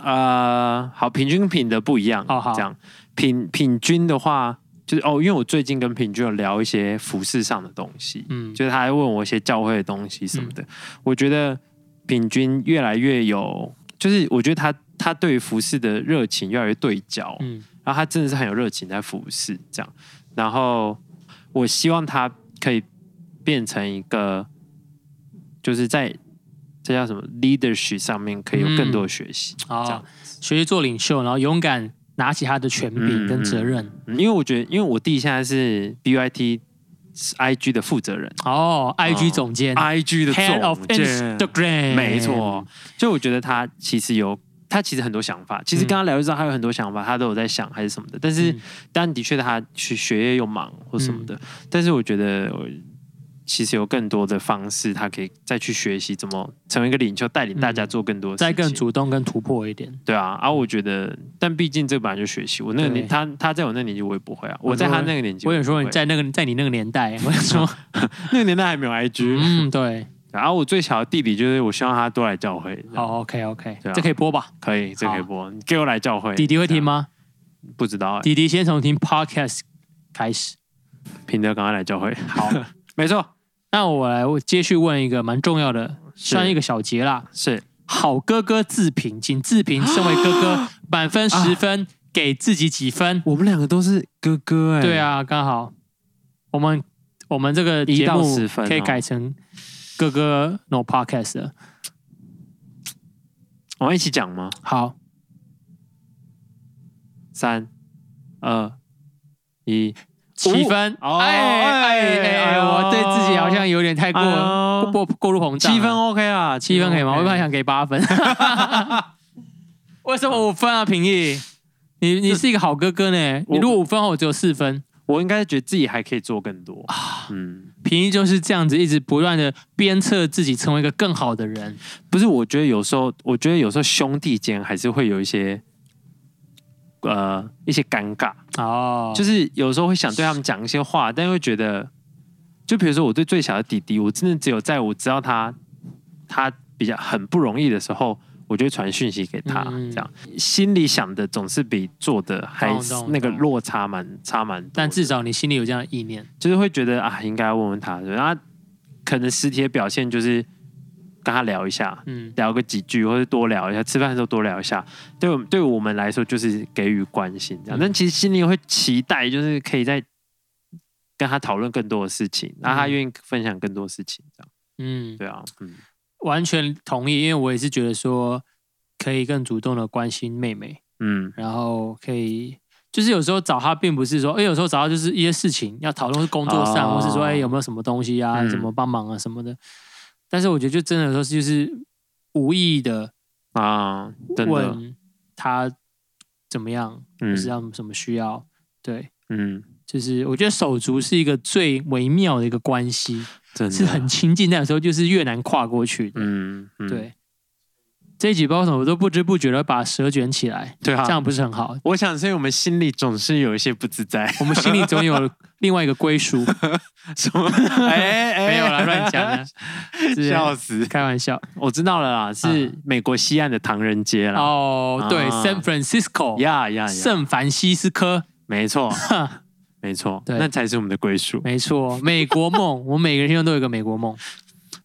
S2: 啊，好，平均品的不一样，
S1: 哦好
S2: 这样品品均的话，就是哦，因为我最近跟品均有聊一些服饰上的东西，
S1: 嗯，
S2: 就是他还问我一些教会的东西什么的，我觉得品均越来越有，就是我觉得他他对于服饰的热情越来越对焦，
S1: 嗯
S2: 然后他真的是很有热情在服侍这样。然后我希望他可以变成一个，就是在这叫什么 leadership 上面可以有更多的学习。这
S1: 好
S2: 样，
S1: 学习做领袖，然后勇敢拿起他的权柄跟责任。
S2: 嗯因为我觉得，因为我弟现在是 BYT IG 的负责人
S1: 哦，IG
S2: 哦
S1: 总监、
S2: ，IG
S1: h e a d of
S2: 总监
S1: Instagram，
S2: 没错，。所以嗯我觉得他其实有。他其实很多想法，其实跟他聊就知道他有很多想法，他都有在想还是什么的。但是
S1: 嗯
S2: 但的确他学学业又忙或什么的，但是我觉得我其实有更多的方式，他可以再去学习怎么成为一个领袖，带领大家做更多的事情。
S1: 再更主动、更突破一点。
S2: 对啊，啊，我觉得，但毕竟这本来就学习，我那个
S1: 对
S2: 年他他在我那个年纪我也不会啊，我在他那个年纪
S1: 我
S2: 也
S1: 有
S2: 不会，
S1: 说你在那个在你那个年代， 我有说，
S2: 那个年代还没有 IG，
S1: 嗯，对，
S2: 然后我最小的弟弟就是我希望他多来教会，这样
S1: 好，OK OK，
S2: 对啊
S1: 这可以播吧？
S2: 可以，这可以
S1: 好
S2: 播，你给我来教会，
S1: 弟弟会听吗？
S2: 这样？不知道欸，
S1: 弟弟先从听 Podcast 开始。
S2: 凭着赶快来教会，
S1: 好，
S2: 没错，
S1: 那我来我接续问一个蛮重要的，
S2: 是
S1: 算一个小节啦。
S2: 是
S1: 好哥哥自评，请自评，身为哥 哥，满分十
S2: 啊
S1: 分，给自己几分？
S2: 我们两个都是哥哥哎，
S1: 对，啊，刚好我们我们这个节
S2: 一到
S1: 目
S2: 十分哦
S1: 可以改成哥哥 No Podcast 了。
S2: 我们一起讲吗？
S1: 好，
S2: 三、二、一，
S1: 七分。
S2: 哦
S1: 哎哎哎
S2: 哎
S1: 哎，
S2: 呦
S1: 我对自己好像有点太过
S2: 哎呦
S1: 过过入膨胀了。
S2: 七分 OK 啊，
S1: 七分可以吗？我
S2: 七
S1: 本来
S2: 分
S1: 想给 八分，为什么五分啊？平易，你你是一个好哥哥呢。
S2: 我
S1: 你如果五分后，我只有四分。
S2: 我应该觉得自己还可以做更多啊。嗯，
S1: 平易就是这样子，一直不断的鞭策自己，成为一个更好的人。
S2: 不是，我觉得有时候，我觉得有时候兄弟间还是会有一些。呃，一些尴尬，
S1: 哦，
S2: 就是是有时候会想对他们讲一些话，但又会觉得就比如说我对最小的弟弟，我真的只有在我知道他他比较很不容易的时候，我就会传讯息给他，
S1: 嗯
S2: 这样心里想的总是比做的还
S1: 懂懂
S2: 那个
S1: 懂
S2: 落差蛮差蛮多的，
S1: 但至少你心里有这样的意念，
S2: 就是会觉得啊，应该要问问他，然后可能实体的表现就是跟他聊一下，
S1: 嗯，
S2: 聊个几句，或者多聊一下，吃饭的时候多聊一下，对我对我们来说就是给予关心这样，
S1: 嗯
S2: 但其实心里会期待，就是可以在跟他讨论更多的事情，那他愿意分享更多事情这样，
S1: 嗯，
S2: 对啊，嗯，
S1: 完全同意，因为我也是觉得说可以更主动的关心妹妹，
S2: 嗯，
S1: 然后可以就是有时候找她，并不是说，哎，有时候找她就是一些事情要讨论，是工作上，
S2: 哦
S1: 或是说，哎，有没有什么东西啊，
S2: 嗯
S1: 怎么帮忙啊什么的。但是我觉得，就真的说，就是无意义的
S2: 啊，真的，
S1: 问她怎么样，或是
S2: 嗯
S1: 他们什么需要，对。
S2: 嗯，
S1: 就是我觉得手足是一个最微妙的一个关系，
S2: 真的
S1: 是很亲近，但有时候就是越难跨过去的。
S2: 嗯，嗯，
S1: 对，这一集包什么我都不知不觉的把蛇卷起来，
S2: 对
S1: 这
S2: 啊，
S1: 样不是很好？
S2: 我想，所以我们心里总是有一些不自 在，
S1: 我们心里总 有另外一个归属。
S2: 什么？哎哎，
S1: 没有啦，乱讲的，是
S2: 笑死！
S1: 开玩笑。
S2: 我知道了啦，是
S1: 啊
S2: 美国西岸的唐人街啦。
S1: 哦，对
S2: 啊
S1: ，San Francisco，
S2: 呀呀呀！
S1: 圣凡西斯科，
S2: 没错，
S1: 哈，
S2: 没错，
S1: 对
S2: 那才是我们的归属。
S1: 没错，美国梦，我们每个人心中都有一个美国梦。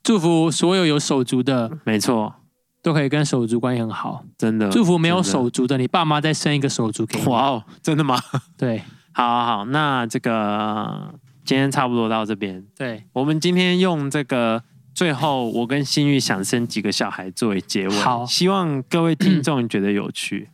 S1: 祝福所有有手足的
S2: 没错，
S1: 都可以跟手足关系很好。
S2: 真的。
S1: 祝福没有
S2: 嗯真的
S1: 手足的，你爸妈再生一个手足给你。
S2: 哇哦，真的吗？
S1: 对
S2: 好好好，那这个今天差不多到这边。
S1: 对，
S2: 我们今天用这个最后我跟新玉想生几个小孩作为结尾，
S1: 好
S2: 希望各位听众觉得有趣。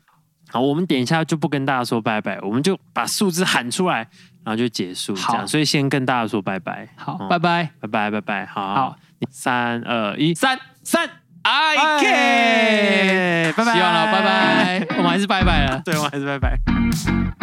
S2: 好，我们点一下就不跟大家说拜拜，我们就把数字喊出来，然后就结束。这
S1: 好
S2: 样，所以先跟大家说拜拜。
S1: 好，
S2: 嗯
S1: 拜拜。
S2: 拜拜拜拜，好，
S1: 好，
S2: 三二一，
S1: 三
S2: 三
S1: ，I can，
S2: 拜拜，
S1: 哎 希望了，拜。拜。我们还是拜拜了。
S2: 对，我还是拜拜。